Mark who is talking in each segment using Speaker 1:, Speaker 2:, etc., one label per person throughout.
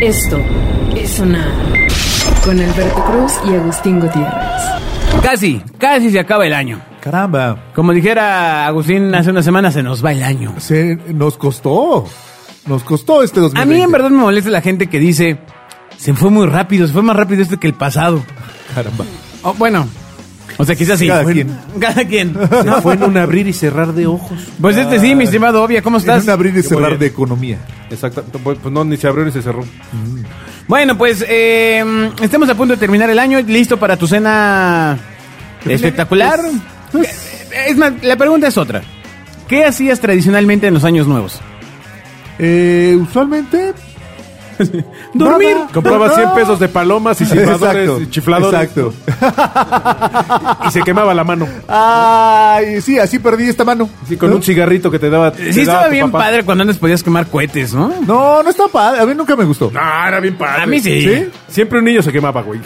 Speaker 1: Esto es sonar con Alberto Cruz y Agustín Gutiérrez.
Speaker 2: Casi, casi se acaba el año.
Speaker 3: Caramba,
Speaker 2: Como dijera Agustín hace una semana, se nos va el año.
Speaker 3: se nos costó. Nos costó este 2020.
Speaker 2: A mí en verdad me molesta la gente que dice, se fue muy rápido, se fue más rápido este que el pasado.
Speaker 3: Caramba.
Speaker 2: O, Oh, bueno, o sea, quizás sí.
Speaker 3: Cada
Speaker 2: Bueno,
Speaker 3: quien.
Speaker 2: Cada quien.
Speaker 4: Se fue en un abrir y cerrar de ojos.
Speaker 2: Pues este sí, mi estimado Obvia, ¿cómo
Speaker 3: En
Speaker 2: estás?
Speaker 3: un abrir y cerrar
Speaker 4: bien.
Speaker 3: de economía.
Speaker 4: Exacto. Pues pues no, ni se abrió ni se cerró.
Speaker 2: Bueno, pues eh, estamos a punto de terminar el año, listo para tu cena espectacular.
Speaker 4: Pues,
Speaker 2: Es más, la pregunta es otra. ¿Qué hacías tradicionalmente en los años nuevos?
Speaker 3: Eh, usualmente.
Speaker 2: Dormir.
Speaker 3: Nada.
Speaker 4: Compraba
Speaker 3: No.
Speaker 4: 100 pesos de palomas y silbadores
Speaker 3: Exacto.
Speaker 4: y chifladores.
Speaker 3: Exacto.
Speaker 4: Y se quemaba la mano.
Speaker 3: Ay, sí, así perdí esta mano.
Speaker 4: Sí, con un cigarrito que te daba. te
Speaker 2: Sí
Speaker 4: daba
Speaker 2: estaba
Speaker 4: tu
Speaker 2: bien
Speaker 4: papá.
Speaker 2: padre cuando antes podías quemar cohetes, ¿no?
Speaker 3: No, no está padre. A mí nunca me gustó.
Speaker 4: Ah, era bien padre.
Speaker 2: A mí sí.
Speaker 4: Siempre un niño se quemaba, güey.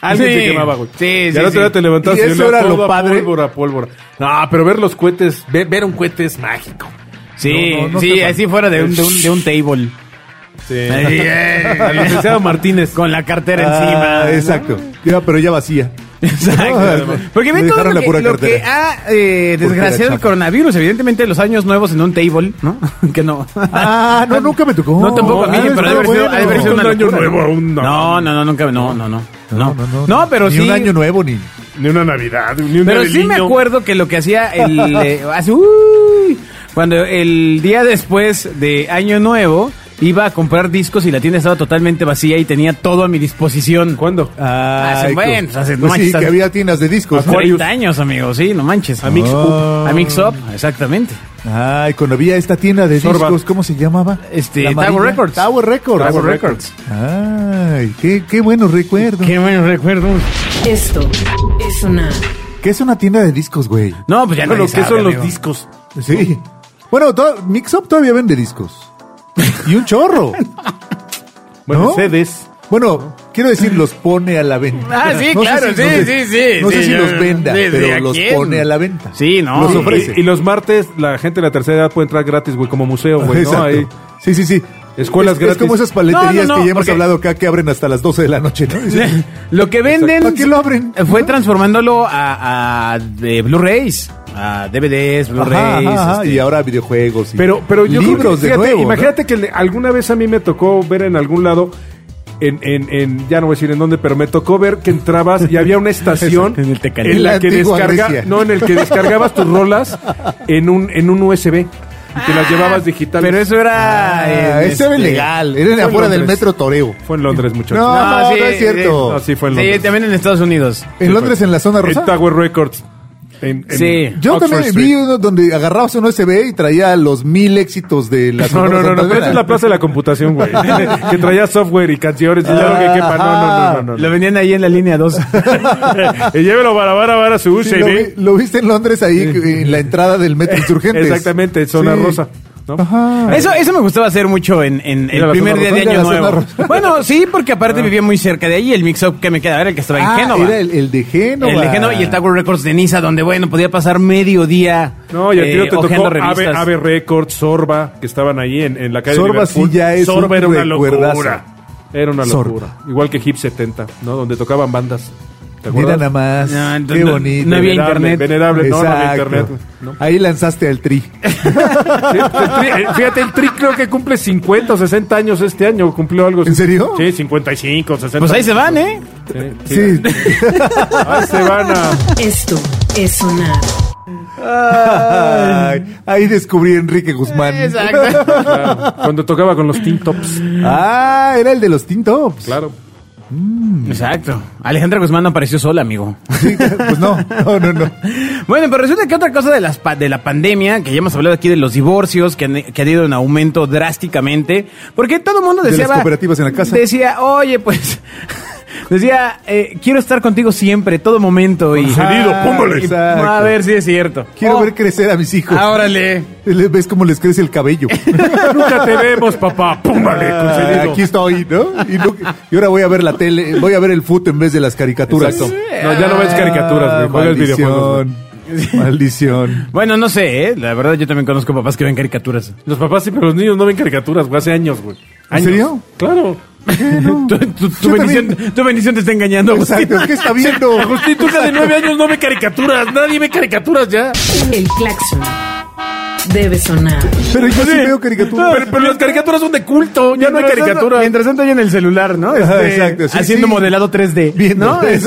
Speaker 4: Alguien
Speaker 2: Sí.
Speaker 4: se quemaba, güey.
Speaker 2: Sí,
Speaker 4: y
Speaker 2: sí,
Speaker 4: al
Speaker 2: sí.
Speaker 4: otro día te levantabas
Speaker 3: Y eso
Speaker 4: olía
Speaker 3: era
Speaker 4: todo
Speaker 3: lo
Speaker 4: a
Speaker 3: padre.
Speaker 4: Pólvora, a pólvora. No, pero ver los cohetes, ver, ver un cohete es mágico.
Speaker 2: Sí,
Speaker 3: No, no, no
Speaker 2: sí,
Speaker 3: sepa.
Speaker 2: así fuera de un, de un, de un table.
Speaker 4: Sí.
Speaker 2: Así,
Speaker 4: Al licenciado Martínez.
Speaker 2: Con la cartera
Speaker 3: Ah,
Speaker 2: encima.
Speaker 3: exacto. Ya, pero ya vacía.
Speaker 2: Exacto. Porque
Speaker 3: Le
Speaker 2: ven todo
Speaker 3: dejaron
Speaker 2: lo
Speaker 3: la
Speaker 2: que,
Speaker 3: pura
Speaker 2: lo que
Speaker 3: cartera.
Speaker 2: ha eh, desgraciado el
Speaker 3: chapa.
Speaker 2: coronavirus. Evidentemente, los años nuevos en un table, ¿no? que no.
Speaker 3: Ah, no, nunca me tocó.
Speaker 2: No, tampoco a mí,
Speaker 3: Ah,
Speaker 2: pero
Speaker 3: está
Speaker 2: ha de haber sido,
Speaker 3: bueno.
Speaker 2: ha de haber sido
Speaker 4: Un
Speaker 2: una
Speaker 4: año
Speaker 2: locura.
Speaker 4: nuevo aún no.
Speaker 2: No, no, no, nunca. No, no, no. No, No, pero
Speaker 3: ni
Speaker 2: sí.
Speaker 3: un año nuevo, ni.
Speaker 4: Ni una Navidad, ni un
Speaker 2: Pero
Speaker 4: día del
Speaker 2: sí me
Speaker 4: niño.
Speaker 2: acuerdo que lo que hacía el. eh, hace- uy, cuando el día después de Año Nuevo iba a comprar discos y la tienda estaba totalmente vacía y tenía todo a mi disposición.
Speaker 4: ¿Cuándo?
Speaker 2: Hace-
Speaker 3: Ay,
Speaker 2: bueno,
Speaker 3: co-
Speaker 2: pues hace- no
Speaker 3: pues
Speaker 2: manches,
Speaker 3: sí, que
Speaker 2: hace-
Speaker 3: había tiendas de discos. ¿no?
Speaker 2: 40 años, amigo, sí, no manches. A Mix
Speaker 3: Up.
Speaker 2: A Mix Up, exactamente.
Speaker 3: Ay, cuando había esta tienda de
Speaker 4: Sorba.
Speaker 3: discos, ¿cómo se llamaba?
Speaker 2: Este,
Speaker 3: La
Speaker 2: Tower
Speaker 3: amarilla.
Speaker 2: Records.
Speaker 3: Tower Records.
Speaker 4: Tower Records.
Speaker 3: Ay, qué, qué buenos recuerdos. ¿Qué?
Speaker 2: buenos recuerdos.
Speaker 1: Esto es sonar
Speaker 3: es una tienda de discos, güey?
Speaker 2: No, pues ya no
Speaker 4: Bueno,
Speaker 2: lo
Speaker 4: ¿qué son los discos?
Speaker 3: Sí. Bueno, to- Mix Up todavía vende discos. Y un chorro.
Speaker 4: Bueno,
Speaker 3: ¿No?
Speaker 4: sedes.
Speaker 3: Bueno, quiero decir, los pone a la venta.
Speaker 2: Ah, sí,
Speaker 3: No sé
Speaker 2: claro,
Speaker 3: si-
Speaker 2: sí,
Speaker 3: no sé-
Speaker 2: sí, sí.
Speaker 3: No
Speaker 2: sí,
Speaker 3: sé si
Speaker 2: yo-
Speaker 3: los venda,
Speaker 2: sí, sí,
Speaker 3: pero
Speaker 2: ¿a
Speaker 3: los
Speaker 2: quién?
Speaker 3: pone a la venta.
Speaker 2: Sí, no.
Speaker 3: Los
Speaker 2: Sí.
Speaker 3: ofrece.
Speaker 4: Y, y los martes la gente de la tercera edad puede entrar gratis, güey, como museo, güey,
Speaker 3: Exacto.
Speaker 4: ¿no? Ahí.
Speaker 3: Sí, sí, sí.
Speaker 4: Escuelas
Speaker 3: es,
Speaker 4: gratis.
Speaker 3: Es como esas
Speaker 2: No,
Speaker 3: paleterías
Speaker 2: no, no,
Speaker 3: que ya hemos
Speaker 2: porque-
Speaker 3: hablado acá que abren hasta las 12 de la noche, ¿no?
Speaker 2: Lo que venden.
Speaker 3: ¿Para qué lo abren?
Speaker 2: Fue transformándolo a, a de Blu-rays, a DVDs, Blu-rays.
Speaker 3: Ajá, ajá, ajá,
Speaker 2: este.
Speaker 3: y ahora videojuegos. y-
Speaker 4: Pero, pero yo creo que,
Speaker 3: libros de
Speaker 4: fíjate,
Speaker 3: nuevo. ¿no?
Speaker 4: Imagínate que le- alguna vez a mí me tocó ver en algún lado, en, en, en- ya no voy a decir en dónde, pero me tocó ver que entrabas y había una estación
Speaker 2: En el Tecali.
Speaker 4: en
Speaker 3: En
Speaker 4: la,
Speaker 3: la
Speaker 4: que
Speaker 3: antigua
Speaker 4: descarga,
Speaker 3: Grecia.
Speaker 4: no, en el que descargabas tus rolas en un, en un USB y te las llevabas digitales.
Speaker 2: Pero eso era.
Speaker 3: Ah,
Speaker 2: en,
Speaker 3: ese era
Speaker 2: este,
Speaker 3: ilegal.
Speaker 4: fue en
Speaker 3: Era afuera del
Speaker 4: Londres.
Speaker 3: metro Toreo.
Speaker 4: fue en Londres, muchachos.
Speaker 3: No, no,
Speaker 2: sí,
Speaker 3: es cierto.
Speaker 4: No, Ah, sí fue en
Speaker 2: Sí,
Speaker 4: Londres.
Speaker 2: también en Estados Unidos.
Speaker 3: En Londres, en la zona
Speaker 4: En
Speaker 3: rosa.
Speaker 4: Tower Records. En, en
Speaker 2: Sí.
Speaker 3: Yo
Speaker 4: Oxford
Speaker 3: también
Speaker 4: Street.
Speaker 3: vi uno donde agarrabas un USB y traía los mil éxitos de la
Speaker 4: No,
Speaker 3: Sonora
Speaker 4: no, no, no,
Speaker 3: Santanera.
Speaker 4: pero esa es la plaza de la computación, güey. que traía software y canciones y ya lo
Speaker 3: Ah,
Speaker 4: que quepa. No, no, no, no.
Speaker 2: Lo
Speaker 4: no.
Speaker 2: vendían ahí en la línea 2.
Speaker 4: y llévelo para vara, vara, su ¿eh?
Speaker 3: Sí,
Speaker 4: USB.
Speaker 3: lo, vi- lo viste en Londres ahí, en la entrada del metro Insurgentes.
Speaker 4: Exactamente, zona
Speaker 3: Sí.
Speaker 4: rosa. ¿no?
Speaker 3: Ajá.
Speaker 2: Eso, eso me gustaba hacer mucho en, en
Speaker 4: a
Speaker 2: el
Speaker 4: la
Speaker 2: primer
Speaker 4: zona
Speaker 2: día de
Speaker 3: rosa, ir a
Speaker 2: Año
Speaker 3: la zona
Speaker 2: Nuevo.
Speaker 3: rosa.
Speaker 2: Bueno, sí, porque aparte
Speaker 4: Ah.
Speaker 2: vivía muy cerca de ahí. El mix-up que me quedaba era el que estaba en
Speaker 3: Ah,
Speaker 2: Génova.
Speaker 3: Era el, el de Génova.
Speaker 2: El de Génova y el Tower Records de Niza, donde, bueno, podía pasar medio día.
Speaker 4: No, y a ti
Speaker 2: eh,
Speaker 4: no te tocó
Speaker 2: hojeando
Speaker 4: Ave,
Speaker 2: revistas.
Speaker 4: Ave Records, Sorba, que estaban ahí en, en la calle
Speaker 3: Sorba
Speaker 4: de Liverpool.
Speaker 3: sí ya es
Speaker 4: Sorba
Speaker 3: un
Speaker 4: era una
Speaker 3: recuerdazo.
Speaker 4: locura. Era una
Speaker 3: Sorba.
Speaker 4: locura. Igual que Hip 70, ¿no? Donde tocaban bandas. ¿Te
Speaker 3: Mira
Speaker 4: acuerdas?
Speaker 3: nada más.
Speaker 2: No, no,
Speaker 3: Qué
Speaker 2: no,
Speaker 3: bonito.
Speaker 2: Ah, no había
Speaker 4: Venerable,
Speaker 2: internet.
Speaker 4: Venerable, no, no había
Speaker 3: Exacto.
Speaker 4: internet. ¿no?
Speaker 3: Ahí lanzaste al tri.
Speaker 4: Sí, el Tri- eh, fíjate, el Tri creo que cumple 50 o 60 años este año. ¿Cumplió algo?
Speaker 3: ¿En serio?
Speaker 4: Sí, 55, 60.
Speaker 2: Pues ahí se van, ¿eh?
Speaker 4: Sí, sí.
Speaker 3: Sí.
Speaker 4: Ahí se van a...
Speaker 1: Esto es sonar
Speaker 3: Ay, ahí descubrí a Enrique Guzmán.
Speaker 4: claro, cuando tocaba con los Teen Tops.
Speaker 3: Ah, era el de los Teen Tops.
Speaker 4: Claro.
Speaker 2: Exacto. Alejandra Guzmán no apareció sola, amigo.
Speaker 3: Sí, pues no, no, no, no.
Speaker 2: Bueno, pero resulta que otra cosa de, las pa- de la pandemia, que ya hemos hablado aquí de los divorcios, que han, que han ido en aumento drásticamente, porque todo el mundo
Speaker 3: De las
Speaker 2: decía...
Speaker 3: cooperativas en la casa.
Speaker 2: Decía, oye, pues... Decía, eh, quiero estar contigo siempre, todo momento. Y,
Speaker 4: Concedido,
Speaker 2: Y-
Speaker 4: póngale.
Speaker 3: Ah, Exacto.
Speaker 2: A ver si es cierto.
Speaker 3: Quiero
Speaker 2: Oh,
Speaker 3: ver crecer a mis hijos.
Speaker 2: Órale.
Speaker 3: Les ves cómo les crece el cabello.
Speaker 4: Nunca te vemos, papá. Púmbale,
Speaker 3: Ah,
Speaker 4: concedido.
Speaker 3: aquí estoy, ¿no? Y, no- y ahora voy a ver la tele, voy a ver el fútbol en vez de las caricaturas.
Speaker 4: Exacto. No, ya no ves caricaturas, güey.
Speaker 3: Ah,
Speaker 4: Juegas videojuegos.
Speaker 3: maldición. Maldición.
Speaker 2: Bueno, no sé, ¿eh? La verdad yo también conozco papás que ven caricaturas.
Speaker 4: Los papás sí, pero los niños no ven caricaturas, güey. Hace años, güey.
Speaker 3: ¿En serio?
Speaker 4: Claro.
Speaker 2: tu, tu- tu
Speaker 3: Yo
Speaker 2: bendición,
Speaker 3: también.
Speaker 2: tu bendición te está engañando, Agustín.
Speaker 3: Exacto, ¿qué está viendo?
Speaker 2: Agustín, tú de nueve años no ve caricaturas. Nadie ve caricaturas ya.
Speaker 1: El claxon debe sonar.
Speaker 3: Pero yo sí veo caricaturas.
Speaker 2: Pero, pero las caricaturas son de culto. Ya no hay
Speaker 5: Mientras tanto-
Speaker 2: caricatura.
Speaker 5: Mientras tanto, yo en el celular, ¿no?
Speaker 3: Ajá,
Speaker 5: Este,
Speaker 3: exacto, sí,
Speaker 2: Haciendo
Speaker 3: sí.
Speaker 2: modelado 3D.
Speaker 3: Viendo.
Speaker 2: ¿no? Es-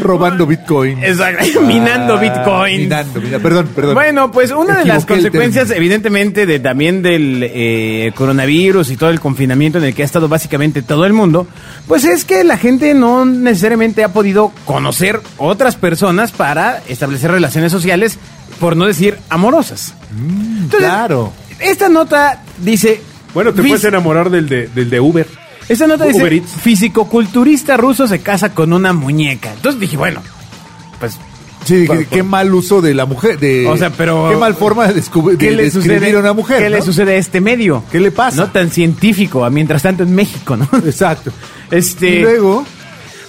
Speaker 3: Robando Bitcoin.
Speaker 2: Exacto. Minando
Speaker 3: Ah,
Speaker 2: Bitcoin.
Speaker 3: Minando, mira, perdón, perdón.
Speaker 2: Bueno, pues una de las
Speaker 3: Equivoqué el
Speaker 2: consecuencias,
Speaker 3: término.
Speaker 2: evidentemente, de, también del eh, coronavirus y todo el confinamiento en el que ha estado básicamente todo el mundo, pues es que la gente no necesariamente ha podido conocer otras personas para establecer relaciones sociales, por no decir amorosas. Entonces,
Speaker 3: claro.
Speaker 2: Esta nota dice...
Speaker 4: Mm, Bueno, te
Speaker 2: "Vis-
Speaker 4: puedes enamorar del de, del de Uber.
Speaker 2: esta nota
Speaker 4: Uber
Speaker 2: dice,
Speaker 4: Eats.
Speaker 2: fisicoculturista ruso se casa con una muñeca. Entonces dije, bueno, pues
Speaker 3: Sí, qué, qué mal uso de la mujer. De,
Speaker 2: O sea, pero-
Speaker 3: Qué mal forma de, descubrir
Speaker 2: ¿Qué le sucede
Speaker 3: a una mujer.
Speaker 2: ¿Qué le
Speaker 3: ¿no?
Speaker 2: sucede a este medio?
Speaker 3: ¿Qué le pasa?
Speaker 2: No tan científico, a mientras tanto en México, ¿no?
Speaker 3: Exacto.
Speaker 2: Este,
Speaker 3: Y luego,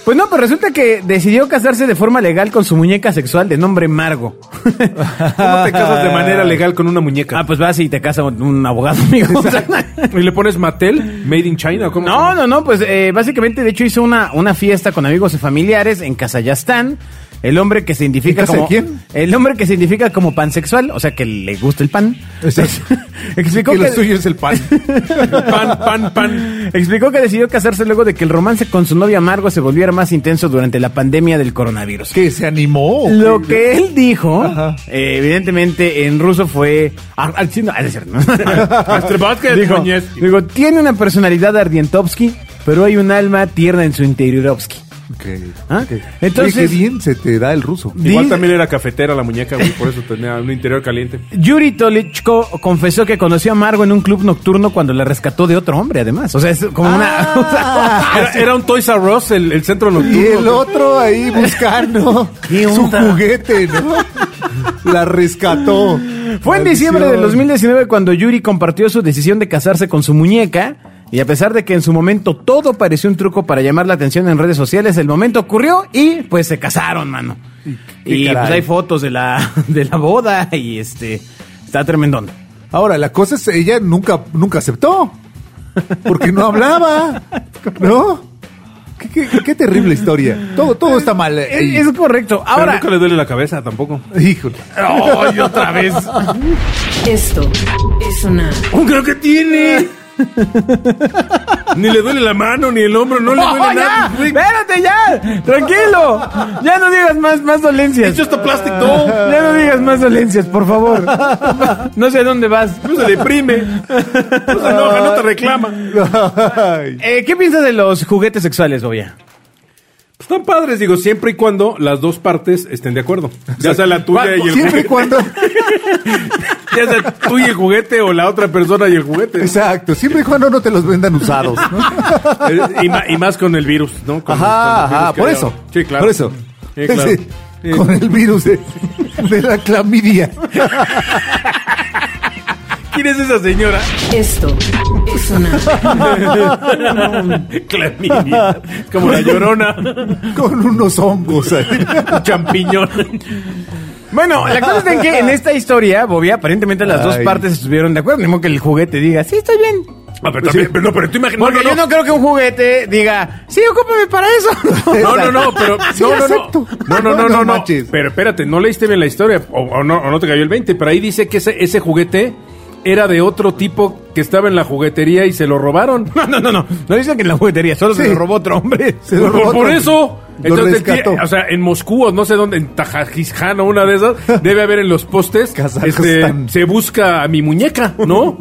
Speaker 2: pues no, pero resulta que decidió casarse de forma legal con su muñeca sexual de nombre Margo.
Speaker 4: ¿Cómo te casas de manera legal con una muñeca?
Speaker 2: Ah, pues vas y te casa un- un abogado, amigo. O sea,
Speaker 4: ¿Y le pones Mattel? ¿Made in China? o ¿Cómo se
Speaker 2: no,
Speaker 4: llama?
Speaker 2: no, no, pues eh, básicamente de hecho hizo una, una fiesta con amigos y familiares en Kazajstán. El hombre que se identifica
Speaker 3: ¿En casa
Speaker 2: como
Speaker 3: de quién?
Speaker 2: el hombre que se identifica como pansexual, o sea que le gusta el pan.
Speaker 3: Exacto.
Speaker 2: Explicó
Speaker 3: que lo suyo es el pan.
Speaker 4: Pan, pan, pan.
Speaker 2: Explicó que decidió casarse luego de que el romance con su novia Margo se volviera más intenso durante la pandemia del coronavirus.
Speaker 3: que se animó.
Speaker 2: Lo que él dijo,
Speaker 3: Ajá.
Speaker 2: eh, evidentemente en ruso fue... ah, ah, sí, no, ah, es cierto, ¿no? dijo,
Speaker 4: Mañez.
Speaker 2: dijo, tiene una personalidad ardientovsky, pero hay un alma tierna en su interiorovsky.
Speaker 3: Ok,
Speaker 2: ¿Ah?
Speaker 3: ok.
Speaker 2: Entonces-
Speaker 3: Oye, qué bien se te da el ruso.
Speaker 4: Igual
Speaker 2: Dice-
Speaker 4: también era cafetera la muñeca, güey, por eso tenía un interior caliente.
Speaker 2: Yuri Tolichko confesó que conoció a Margo en un club nocturno cuando la rescató de otro hombre, además. O sea, es como una... o
Speaker 3: Ah,
Speaker 2: sea,
Speaker 4: Era, era un Toys R Us, el, el centro nocturno.
Speaker 3: Y el otro ahí buscando
Speaker 2: ¿Qué
Speaker 3: su
Speaker 2: onda?
Speaker 3: juguete, ¿no? La rescató.
Speaker 2: Fue en diciembre del 2019 cuando Yuri compartió su decisión de casarse con su muñeca. Y a pesar de que en su momento todo pareció un truco para llamar la atención en redes sociales, el momento ocurrió y pues se casaron, mano.
Speaker 3: qué
Speaker 2: Y pues
Speaker 3: caray.
Speaker 2: hay fotos de la, de la boda y este. Está tremendón.
Speaker 3: Ahora, la cosa es, ella nunca, nunca aceptó. Porque no hablaba. ¿No? Qué, qué- qué terrible historia. Todo, todo está mal. ahí.
Speaker 2: Es, es correcto.
Speaker 4: Pero
Speaker 2: Ahora.
Speaker 4: nunca le duele la cabeza tampoco.
Speaker 3: Híjole.
Speaker 2: ¡Ay, otra vez!
Speaker 1: Esto es sonar.
Speaker 4: ¡Un Oh, creo que tiene! ni le duele la mano, ni el hombro, no le duele
Speaker 2: ¡Oh, ya!
Speaker 4: nada. güey.
Speaker 2: ¡Espérate ya! ¡Tranquilo! Ya no digas más, más dolencias.
Speaker 4: It's just a plastic doll.
Speaker 2: Ya no digas más dolencias, por favor. No sé a dónde vas.
Speaker 4: No se deprime. No se enoja, no te reclama.
Speaker 3: Ay.
Speaker 2: Eh, ¿Qué piensas de los juguetes sexuales, Bobia?
Speaker 4: Están padres, digo, siempre y cuando las dos partes estén de acuerdo. Ya sea la tuya y el
Speaker 3: Siempre y
Speaker 4: juguete.
Speaker 3: cuando.
Speaker 4: Ya sea tú y el juguete o la otra persona y el juguete.
Speaker 3: Exacto. Siempre y cuando no te los vendan usados. ¿no?
Speaker 4: Eh, Y, ma- y más con el virus, ¿no? Con-
Speaker 3: Ajá,
Speaker 4: con el virus
Speaker 3: ajá,
Speaker 4: que
Speaker 3: por
Speaker 4: hay
Speaker 3: eso.
Speaker 4: ahora. Sí, claro.
Speaker 3: Por eso.
Speaker 4: Sí, claro.
Speaker 3: Ese,
Speaker 4: Sí.
Speaker 3: Con el virus de, de la clamidia.
Speaker 4: ¿Quién es esa señora?
Speaker 1: Esto es sonar.
Speaker 4: Clamidia. Como la llorona.
Speaker 3: Con unos hongos. ahí.
Speaker 4: Un champiñón.
Speaker 2: Bueno, la cosa es de que en esta historia, Bobia, aparentemente las dos
Speaker 3: Ay.
Speaker 2: partes estuvieron de acuerdo. Ni modo que el juguete diga, sí, estoy bien.
Speaker 4: Ah, pero también, pero no, pero tú imaginas.
Speaker 2: Porque yo no creo que un juguete diga, sí, ocúpame para eso.
Speaker 4: No, no, no, pero.
Speaker 3: Sí,
Speaker 4: no, no,
Speaker 3: acepto.
Speaker 4: no, no, no, no,
Speaker 3: No
Speaker 4: no, no.
Speaker 3: manches.
Speaker 4: Pero espérate, no leíste bien la historia o, o no, o no te cayó el 20, pero ahí dice que ese, ese juguete era de otro tipo que estaba en la juguetería y se lo robaron.
Speaker 2: No, no, no, no. No dicen que en la juguetería, solo se
Speaker 3: Sí.
Speaker 2: lo robó otro hombre.
Speaker 3: Se lo
Speaker 4: Por-
Speaker 3: robó
Speaker 4: por,
Speaker 3: otro.
Speaker 4: eso.
Speaker 3: Lo
Speaker 4: Entonces,
Speaker 3: rescató.
Speaker 4: tie- o sea, en Moscú o no sé dónde, en Tajikistán o una de esas, debe haber en los postes.
Speaker 3: Kazajstán.
Speaker 4: Este, se busca a mi muñeca, ¿no?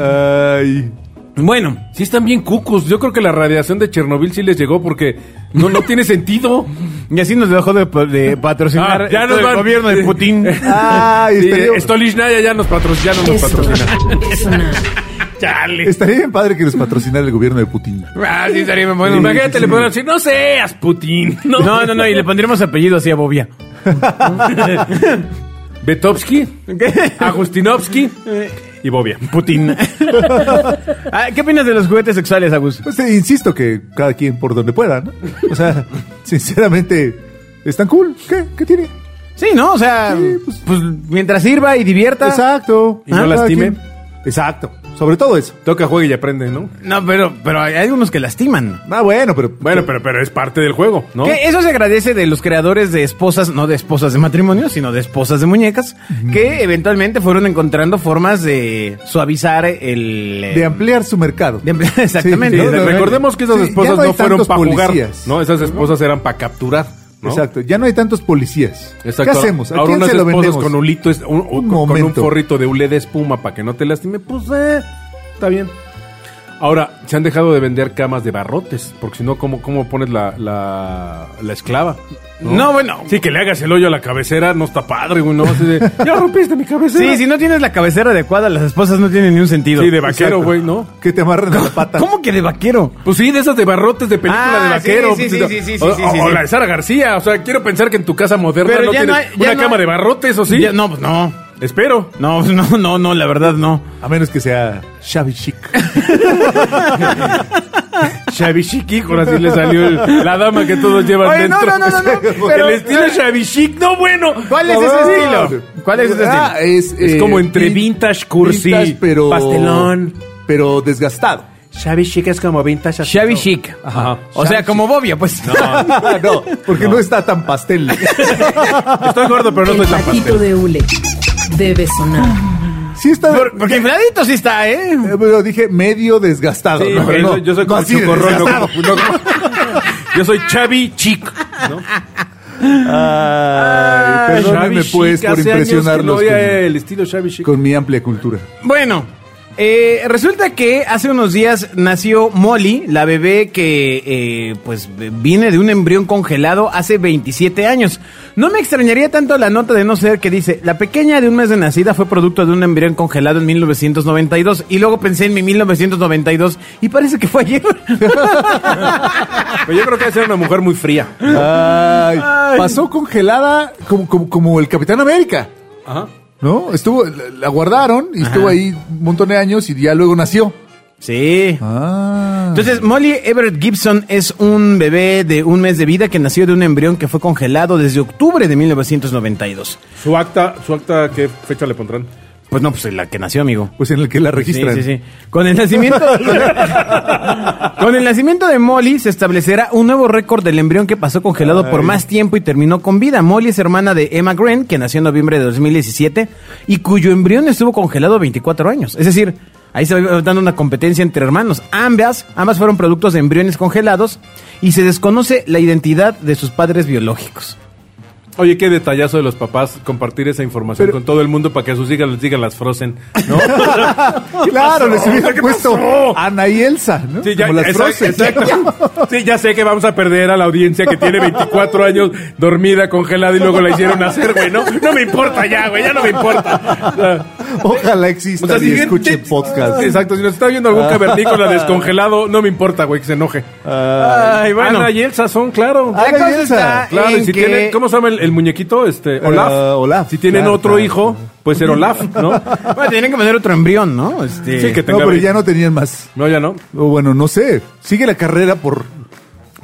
Speaker 3: Ay.
Speaker 2: Bueno,
Speaker 4: Sí están bien cucos. Yo creo que la radiación de Chernobyl sí les llegó porque no, no tiene sentido.
Speaker 2: y así nos dejó de, de patrocinar
Speaker 4: Ah, ya
Speaker 2: todo
Speaker 4: nos
Speaker 2: el
Speaker 4: van.
Speaker 2: gobierno de Putin.
Speaker 3: Ay,
Speaker 4: Sí,
Speaker 3: estaría,
Speaker 4: Stolichnaya Este, ya nos patrocina, ya no nos
Speaker 1: Esto
Speaker 4: patrocina.
Speaker 1: es sonar.
Speaker 4: Chale.
Speaker 3: estaría bien padre que nos patrocinara el gobierno de Putin.
Speaker 4: Ah, sí, estaría bien bueno.
Speaker 3: Sí,
Speaker 4: Imagínate,
Speaker 3: sí,
Speaker 4: le
Speaker 3: sí.
Speaker 4: podrían decir, no seas Putin. No,
Speaker 2: No, no, no, y le pondríamos apellido así a Bobia.
Speaker 4: Betovsky,
Speaker 2: ¿Qué?
Speaker 4: Agustinovsky y Bobia.
Speaker 2: Putin. Ah, ¿Qué opinas de los juguetes sexuales, Agus?
Speaker 3: Pues eh, insisto que cada quien por donde pueda, ¿no? O sea, sinceramente, están cool. ¿Qué? ¿Qué tiene?
Speaker 2: Sí, ¿no? O sea,
Speaker 3: Sí,
Speaker 2: pues,
Speaker 3: pues-
Speaker 2: mientras sirva y divierta. Ah,
Speaker 3: Exacto.
Speaker 4: Y no lastime.
Speaker 3: Exacto. Sobre todo eso.
Speaker 4: Toca, juega y aprende, ¿no?
Speaker 2: No, pero, pero hay algunos que lastiman.
Speaker 3: Ah, bueno, pero.
Speaker 4: Bueno, pero, pero es parte del juego, ¿no?
Speaker 2: Que eso se agradece de los creadores de esposas, no de esposas de matrimonio, sino de esposas de muñecas, que eventualmente fueron encontrando formas de suavizar el... eh,
Speaker 3: De ampliar su mercado.
Speaker 2: de ampliar- exactamente.
Speaker 3: Sí,
Speaker 4: Sí,
Speaker 3: no, no,
Speaker 4: recordemos que esas
Speaker 3: sí, ya
Speaker 4: esposas
Speaker 3: no
Speaker 4: no,
Speaker 3: hay
Speaker 4: fueron
Speaker 3: tantos
Speaker 4: para jugar.
Speaker 3: policías.
Speaker 4: No, esas esposas eran para capturar. ¿no?
Speaker 3: Exacto. Ya no hay tantos policías.
Speaker 4: Exacto.
Speaker 3: ¿Qué hacemos? ¿A
Speaker 4: Ahora
Speaker 3: quién
Speaker 4: unas
Speaker 3: se lo
Speaker 4: esposas
Speaker 3: vendemos?
Speaker 4: con ulito, es- un, un- con- con un
Speaker 3: momento.
Speaker 4: forrito de hule de espuma para que no te lastime, pues eh, está bien. Ahora, se han dejado de vender camas de barrotes, porque si no, ¿cómo, cómo pones la, la, la esclava?
Speaker 2: No, bueno.
Speaker 4: Sí, que le hagas el hoyo a la cabecera, no está padre, güey, no. Así de, ya rompiste mi cabecera.
Speaker 2: Sí, si no tienes la cabecera adecuada, las esposas no tienen ni un sentido.
Speaker 4: Sí, de vaquero,
Speaker 3: Exacto.
Speaker 4: güey, ¿no?
Speaker 3: Que te amarren a la pata.
Speaker 2: ¿Cómo que de vaquero?
Speaker 4: Pues sí, de esas de barrotes de película
Speaker 2: Ah,
Speaker 4: de vaquero.
Speaker 2: sí, sí,
Speaker 4: pues,
Speaker 2: sí, sí, sí,
Speaker 4: o,
Speaker 2: sí, sí, sí.
Speaker 4: o la de Sara García. O sea, quiero pensar que en tu casa moderna
Speaker 2: Pero
Speaker 4: no
Speaker 2: ya
Speaker 4: tienes
Speaker 2: no hay- ya
Speaker 4: una
Speaker 2: no
Speaker 4: cama
Speaker 2: hay-
Speaker 4: de barrotes, ¿o sí?
Speaker 2: Ya- no, pues no.
Speaker 4: Espero.
Speaker 2: No, pues no, no, no, la verdad no.
Speaker 3: A menos que sea Shabby Chic.
Speaker 4: Shabishik, hijo, así le salió el- la dama que todos llevan
Speaker 2: Oye, no,
Speaker 4: dentro.
Speaker 2: no, no, no, no, pero-
Speaker 4: el estilo Shabishik, no bueno.
Speaker 2: ¿Cuál es ese
Speaker 3: Ah,
Speaker 2: estilo? ¿Cuál es ese
Speaker 3: ah,
Speaker 2: estilo?
Speaker 3: Es,
Speaker 4: Es
Speaker 3: eh,
Speaker 4: como entre
Speaker 3: vin-
Speaker 4: vintage, cursi,
Speaker 3: vintage, pero,
Speaker 4: pastelón.
Speaker 3: Pero desgastado.
Speaker 4: Shabishik es como vintage.
Speaker 2: Shabby chic.
Speaker 4: Ajá.
Speaker 2: O sea, como Bobia, pues.
Speaker 4: Ah.
Speaker 3: Ah, no, porque no. está tan pastel.
Speaker 4: Estoy gordo, pero no
Speaker 1: el
Speaker 4: estoy tan
Speaker 1: patito
Speaker 4: pastel.
Speaker 1: de hule debe sonar.
Speaker 3: Sí está.
Speaker 2: Por- Porque infladito sí está, ¿eh?
Speaker 3: eh, pero dije medio desgastado.
Speaker 4: Sí,
Speaker 3: ¿no?
Speaker 4: pero
Speaker 3: No,
Speaker 4: yo- yo soy
Speaker 3: no
Speaker 4: como
Speaker 3: así de
Speaker 4: Chocorrol, no
Speaker 3: desgastado.
Speaker 4: como- no como- Yo soy Chavi Chic. ¿no?
Speaker 3: Ay, perdónenme, pues, por impresionarlos
Speaker 4: No
Speaker 3: con-
Speaker 4: el estilo Shabby Chic.
Speaker 3: con mi amplia cultura.
Speaker 2: Bueno, eh, resulta que hace unos días nació Molly, la bebé que eh, pues viene de un embrión congelado hace 27 años. No me extrañaría tanto la nota de no ser que dice, la pequeña de un mes de nacida fue producto de un embrión congelado en 1992 y luego pensé en mi 1992 y parece que fue ayer.
Speaker 4: Pero yo creo que debe ser una mujer muy fría.
Speaker 3: Ay, pasó congelada como, como, como el Capitán América,
Speaker 4: Ajá.
Speaker 3: ¿no? Estuvo, la, la guardaron y estuvo ahí un montón de años y ya luego nació.
Speaker 2: sí.
Speaker 3: Ah.
Speaker 2: Entonces, Molly Everett Gibson es un bebé de un mes de vida que nació de un embrión que fue congelado desde octubre de 1992.
Speaker 4: Su acta, su acta, ¿qué fecha le pondrán?
Speaker 2: Pues no, pues la que nació, amigo.
Speaker 3: pues en el que la
Speaker 2: Sí,
Speaker 3: registran.
Speaker 2: sí, sí. Con el nacimiento Con el nacimiento de Molly se establecerá un nuevo récord del embrión que pasó congelado por más tiempo y terminó con vida. Molly es hermana de Emma Grant, que nació en noviembre de 2017 y cuyo embrión estuvo congelado 24 años. Es decir, ahí se va dando una competencia entre hermanos. Ambas, ambas fueron productos de embriones congelados y se desconoce la identidad de sus padres biológicos.
Speaker 4: Oye, qué detallazo de los papás compartir esa información
Speaker 3: Pero-
Speaker 4: con todo el mundo para que a sus hijas les digan las frozen. ¿no?
Speaker 3: Claro, les hubiera
Speaker 4: ¿Qué
Speaker 3: puesto
Speaker 4: pasó?
Speaker 3: Ana y Elsa, ¿no?
Speaker 4: Sí, ya,
Speaker 3: Como las
Speaker 4: exacto,
Speaker 3: Frozen.
Speaker 4: exacto. Sí, ya sé que vamos a perder a la audiencia que tiene 24 años dormida, congelada y luego la hicieron hacer, güey, ¿no? No me importa ya, güey, ya no me importa. O sea,
Speaker 3: Ojalá exista
Speaker 4: o sea, si
Speaker 3: y
Speaker 4: bien-
Speaker 3: escuche
Speaker 4: sí,
Speaker 3: podcast.
Speaker 4: Exacto, si nos está viendo algún cavernícola descongelado, no me importa, güey, que se enoje.
Speaker 3: Ah.
Speaker 2: Ay,
Speaker 4: Ana y Elsa son, claro.
Speaker 2: La
Speaker 3: Ay,
Speaker 2: cosa
Speaker 3: Elsa.
Speaker 2: está
Speaker 4: Claro, y
Speaker 2: en
Speaker 4: si
Speaker 2: que-
Speaker 4: tienen, ¿cómo se llama el, el muñequito? Este, Olaf.
Speaker 3: Eh, Olaf,
Speaker 4: Si tienen
Speaker 3: claro,
Speaker 4: otro
Speaker 3: claro.
Speaker 4: hijo, pues era Olaf, ¿no?
Speaker 2: Bueno, tienen que poner otro embrión, ¿no? Este-
Speaker 4: Sí, que
Speaker 3: No,
Speaker 4: tenga
Speaker 3: pero
Speaker 4: veinte.
Speaker 3: ya no tenían más.
Speaker 4: No, ya no.
Speaker 3: O bueno, no sé. Sigue la carrera por.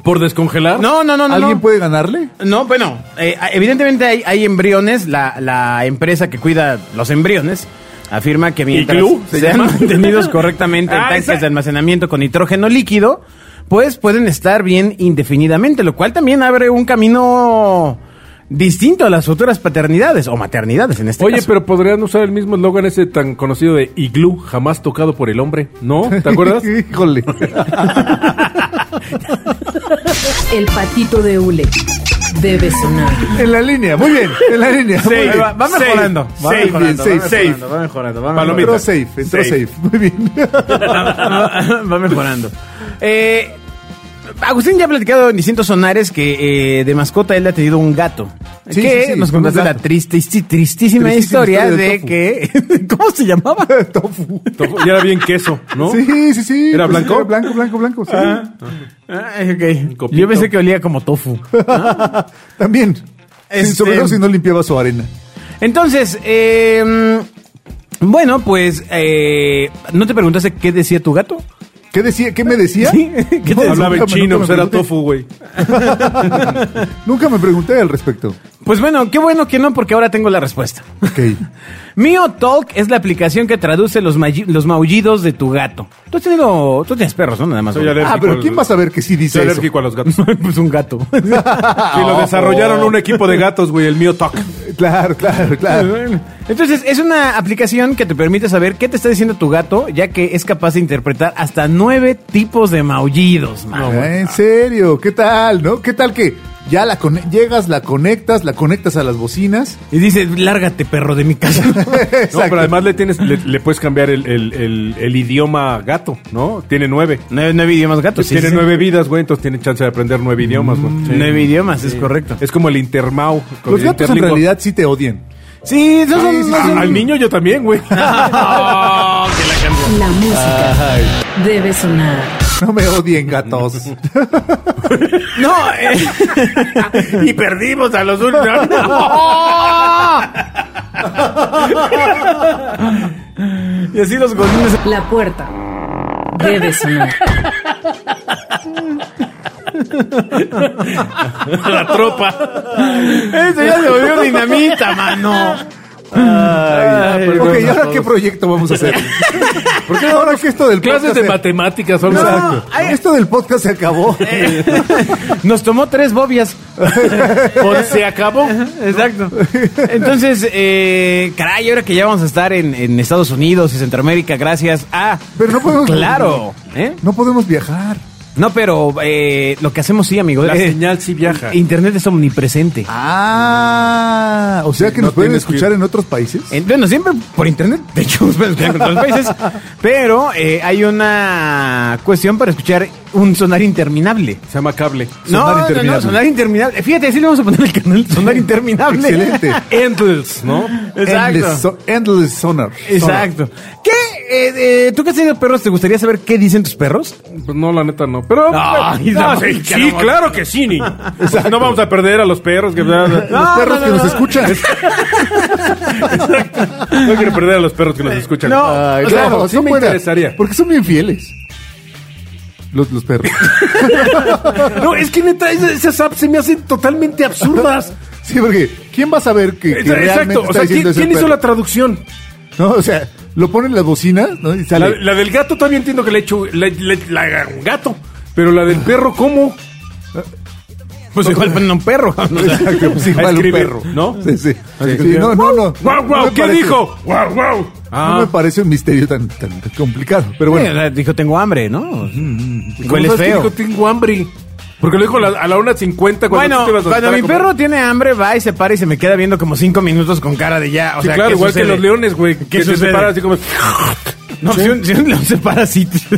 Speaker 4: ¿Por descongelar?
Speaker 2: No, no, no, no.
Speaker 3: ¿Alguien
Speaker 2: no.
Speaker 3: puede ganarle?
Speaker 2: No, bueno, eh, evidentemente hay, hay embriones. La, la empresa que cuida los embriones afirma que mientras
Speaker 4: ¿Iglú se
Speaker 2: sean
Speaker 4: llama?
Speaker 2: mantenidos correctamente en
Speaker 4: Ah,
Speaker 2: tanques
Speaker 4: esa-
Speaker 2: de almacenamiento con nitrógeno líquido, pues pueden estar bien indefinidamente, lo cual también abre un camino distinto a las futuras paternidades o maternidades en este
Speaker 4: Oye,
Speaker 2: caso.
Speaker 4: pero podrían usar el mismo eslogan ese tan conocido de iglú, jamás tocado por el hombre, ¿no? ¿Te acuerdas?
Speaker 3: Híjole.
Speaker 1: El patito de hule debe sonar.
Speaker 3: En la línea, muy bien. En la línea. muy bien.
Speaker 2: va- va
Speaker 4: Safe,
Speaker 2: mejorando, va
Speaker 4: safe,
Speaker 3: mejorando,
Speaker 4: safe,
Speaker 3: va mejorando,
Speaker 4: safe. Palomita.
Speaker 3: Entró safe, entró safe. Muy bien.
Speaker 2: va mejorando. Eh, Agustín ya ha platicado en distintos sonares que eh, de mascota él ha tenido un gato.
Speaker 3: Sí,
Speaker 2: que
Speaker 3: sí, sí,
Speaker 2: nos contaste
Speaker 3: un
Speaker 2: la
Speaker 3: gato.
Speaker 2: triste, tristísima, historia,
Speaker 3: historia
Speaker 2: de
Speaker 3: del
Speaker 2: que... ¿Cómo se llamaba?
Speaker 3: Tofu.
Speaker 4: Tocó- Y era bien queso, ¿no?
Speaker 3: Sí, sí, sí.
Speaker 4: ¿Era blanco?
Speaker 3: blanco, blanco, blanco. sí.
Speaker 2: Ay, ok.
Speaker 4: copito.
Speaker 2: Yo pensé que olía como tofu.
Speaker 3: También.
Speaker 2: Este-
Speaker 3: Sin sobre todo si no limpiaba su arena.
Speaker 2: Entonces, eh, bueno, pues... eh, ¿No te preguntaste qué decía tu gato?
Speaker 3: ¿Qué decía? ¿Qué me decía?
Speaker 2: Sí, ¿qué te
Speaker 3: No,
Speaker 2: decía?
Speaker 4: Hablaba en
Speaker 3: nunca me-
Speaker 4: chino,
Speaker 3: nunca
Speaker 4: pues
Speaker 3: me
Speaker 4: era
Speaker 3: pregunté.
Speaker 4: tofu, güey.
Speaker 3: Nunca me pregunté al respecto.
Speaker 2: Pues bueno, qué bueno que no, porque ahora tengo la respuesta.
Speaker 3: Ok.
Speaker 2: Mio Talk es la aplicación que traduce los, maulli- los maullidos de tu gato. Tú has tenido. Tú tienes perros, ¿no? Nada más.
Speaker 4: Soy
Speaker 2: uno.
Speaker 4: alérgico
Speaker 3: Ah, pero
Speaker 4: al-
Speaker 3: ¿quién va a saber que sí
Speaker 4: Soy
Speaker 3: dice eso? Ah,
Speaker 4: alérgico a los gatos.
Speaker 2: pues un gato.
Speaker 4: Y lo
Speaker 3: oh.
Speaker 4: desarrollaron un equipo de gatos, güey, el mío Talk.
Speaker 3: Claro, claro, claro.
Speaker 2: Entonces, es una aplicación que te permite saber qué te está diciendo tu gato, ya que es capaz de interpretar hasta nueve tipos de maullidos, man.
Speaker 4: No,
Speaker 3: Ah, en serio, ¿qué tal, no? ¿Qué tal que ya la con- llegas, la conectas, la conectas a las bocinas?
Speaker 2: Y dice, lárgate, perro, de mi casa.
Speaker 4: No, pero además le tienes, le, le puedes cambiar el, el- el- el idioma gato, ¿no? Tiene nueve.
Speaker 2: nueve, nueve idiomas gatos. sí,
Speaker 4: tiene
Speaker 2: sí, sí.
Speaker 4: nueve vidas, güey, entonces tiene chance de aprender nueve idiomas, güey. Sí.
Speaker 2: Nueve idiomas, es correcto.
Speaker 4: Es como el intermau. con
Speaker 3: Los
Speaker 4: el
Speaker 3: gatos en
Speaker 4: interlingua.
Speaker 3: realidad sí te odian.
Speaker 2: Sí, esos son-
Speaker 4: Ah, Al niño yo también, güey.
Speaker 1: La música debe sonar.
Speaker 3: No me odien, gatos.
Speaker 2: No, eh.
Speaker 4: y perdimos a los últimos.
Speaker 2: y así los godines.
Speaker 1: La puerta debe sonar.
Speaker 4: la tropa.
Speaker 2: Eso ya se volvió dinamita, mano.
Speaker 3: ok, ¿y ahora qué proyecto vamos a hacer? Porque ahora que esto del
Speaker 4: Clases
Speaker 3: podcast...
Speaker 4: de
Speaker 3: se-
Speaker 4: matemáticas, vamos a...
Speaker 3: Exacto. Esto del podcast se acabó.
Speaker 2: Nos tomó tres bobias.
Speaker 4: Pues se acabó.
Speaker 2: Exacto. Entonces, eh, caray, ahora que ya vamos a estar en, en Estados Unidos y Centroamérica, gracias a.
Speaker 3: Pero no podemos-
Speaker 2: Claro. ¿eh?
Speaker 3: No podemos viajar.
Speaker 2: No, pero eh, lo que hacemos sí, amigo.
Speaker 4: La
Speaker 2: eh,
Speaker 4: señal sí viaja.
Speaker 2: Internet es omnipresente.
Speaker 3: Ah, o sea que
Speaker 4: No
Speaker 3: nos pueden
Speaker 4: tienes que
Speaker 3: escuchar
Speaker 4: ir.
Speaker 3: en otros países.
Speaker 2: Eh, Bueno, siempre por internet, de hecho, nos pueden escuchar en otros países. Pero eh, hay una cuestión para escuchar un sonar interminable.
Speaker 4: Se llama cable.
Speaker 2: No,
Speaker 3: Sonar
Speaker 2: no, no,
Speaker 3: interminable.
Speaker 2: sonar interminable. Fíjate, sí le vamos a poner el canal sonar interminable.
Speaker 3: Excelente.
Speaker 4: Endless, ¿no?
Speaker 3: Endless,
Speaker 2: Exacto.
Speaker 3: so- endless Sonar.
Speaker 2: Exacto. ¿Qué? Eh, eh, ¿Tú que has tenido perros? ¿Te gustaría saber qué dicen tus perros?
Speaker 4: Pues no, la neta no. Pero.
Speaker 2: No,
Speaker 4: pero-
Speaker 2: no,
Speaker 4: sí,
Speaker 2: sí,
Speaker 4: sí,
Speaker 2: no.
Speaker 4: claro que sí, niño. No vamos a perder a los perros. Que,
Speaker 3: Los
Speaker 4: no,
Speaker 3: perros
Speaker 2: no,
Speaker 3: que
Speaker 2: no,
Speaker 3: nos
Speaker 2: no.
Speaker 3: escuchan.
Speaker 4: no quiero perder a los perros que nos escuchan.
Speaker 2: No,
Speaker 3: Ay,
Speaker 4: o sea,
Speaker 3: Ah, claro,
Speaker 4: sí
Speaker 3: son
Speaker 4: me
Speaker 3: buenas,
Speaker 4: interesaría.
Speaker 3: Porque son bien fieles. Los, los perros.
Speaker 4: No, es que neta, esas esas apps se me hacen totalmente absurdas.
Speaker 3: Sí, porque ¿quién va a saber que, que realmente
Speaker 4: Exacto.
Speaker 3: está
Speaker 4: O sea,
Speaker 3: diciendo
Speaker 4: ¿quién,
Speaker 3: ese
Speaker 4: quién hizo
Speaker 3: perro?
Speaker 4: la traducción?
Speaker 3: No, o sea, lo ponen en las bocinas, ¿no? Y
Speaker 4: La,
Speaker 3: sale.
Speaker 4: la del gato todavía entiendo que le echo la, la- la- gato, pero la del perro, ¿cómo?
Speaker 2: Pues igual ponen un perro.
Speaker 3: Exacto, pues igual
Speaker 4: a
Speaker 3: un
Speaker 4: escribir,
Speaker 3: perro.
Speaker 4: ¿no?
Speaker 3: Sí, sí. Sí, no, no, no.
Speaker 4: ¡Guau,
Speaker 3: No
Speaker 4: guau!
Speaker 3: me
Speaker 4: ¿Qué
Speaker 3: parece-
Speaker 4: dijo? Ah. ¡Guau, guau!
Speaker 2: Ah,
Speaker 3: No me parece un misterio tan, tan complicado. Pero bueno,
Speaker 2: Eh, dijo, tengo hambre, ¿no? Hueles
Speaker 4: ¿Cómo sabes que
Speaker 2: feo.
Speaker 4: dijo, tengo hambre. Porque lo dijo la- a la 1.50 cuando
Speaker 2: Bueno,
Speaker 4: tú te ibas a
Speaker 2: cuando
Speaker 4: sentar a
Speaker 2: mi
Speaker 4: comer.
Speaker 2: perro tiene hambre, va y se para y se me queda viendo como cinco minutos con cara de ya. O
Speaker 4: Sí,
Speaker 2: sea,
Speaker 4: claro,
Speaker 2: ¿qué
Speaker 4: igual
Speaker 2: sucede?
Speaker 4: que los leones, güey. Que se
Speaker 2: sucede?
Speaker 4: separan así como.
Speaker 2: No, si, un, si un león se para así, tú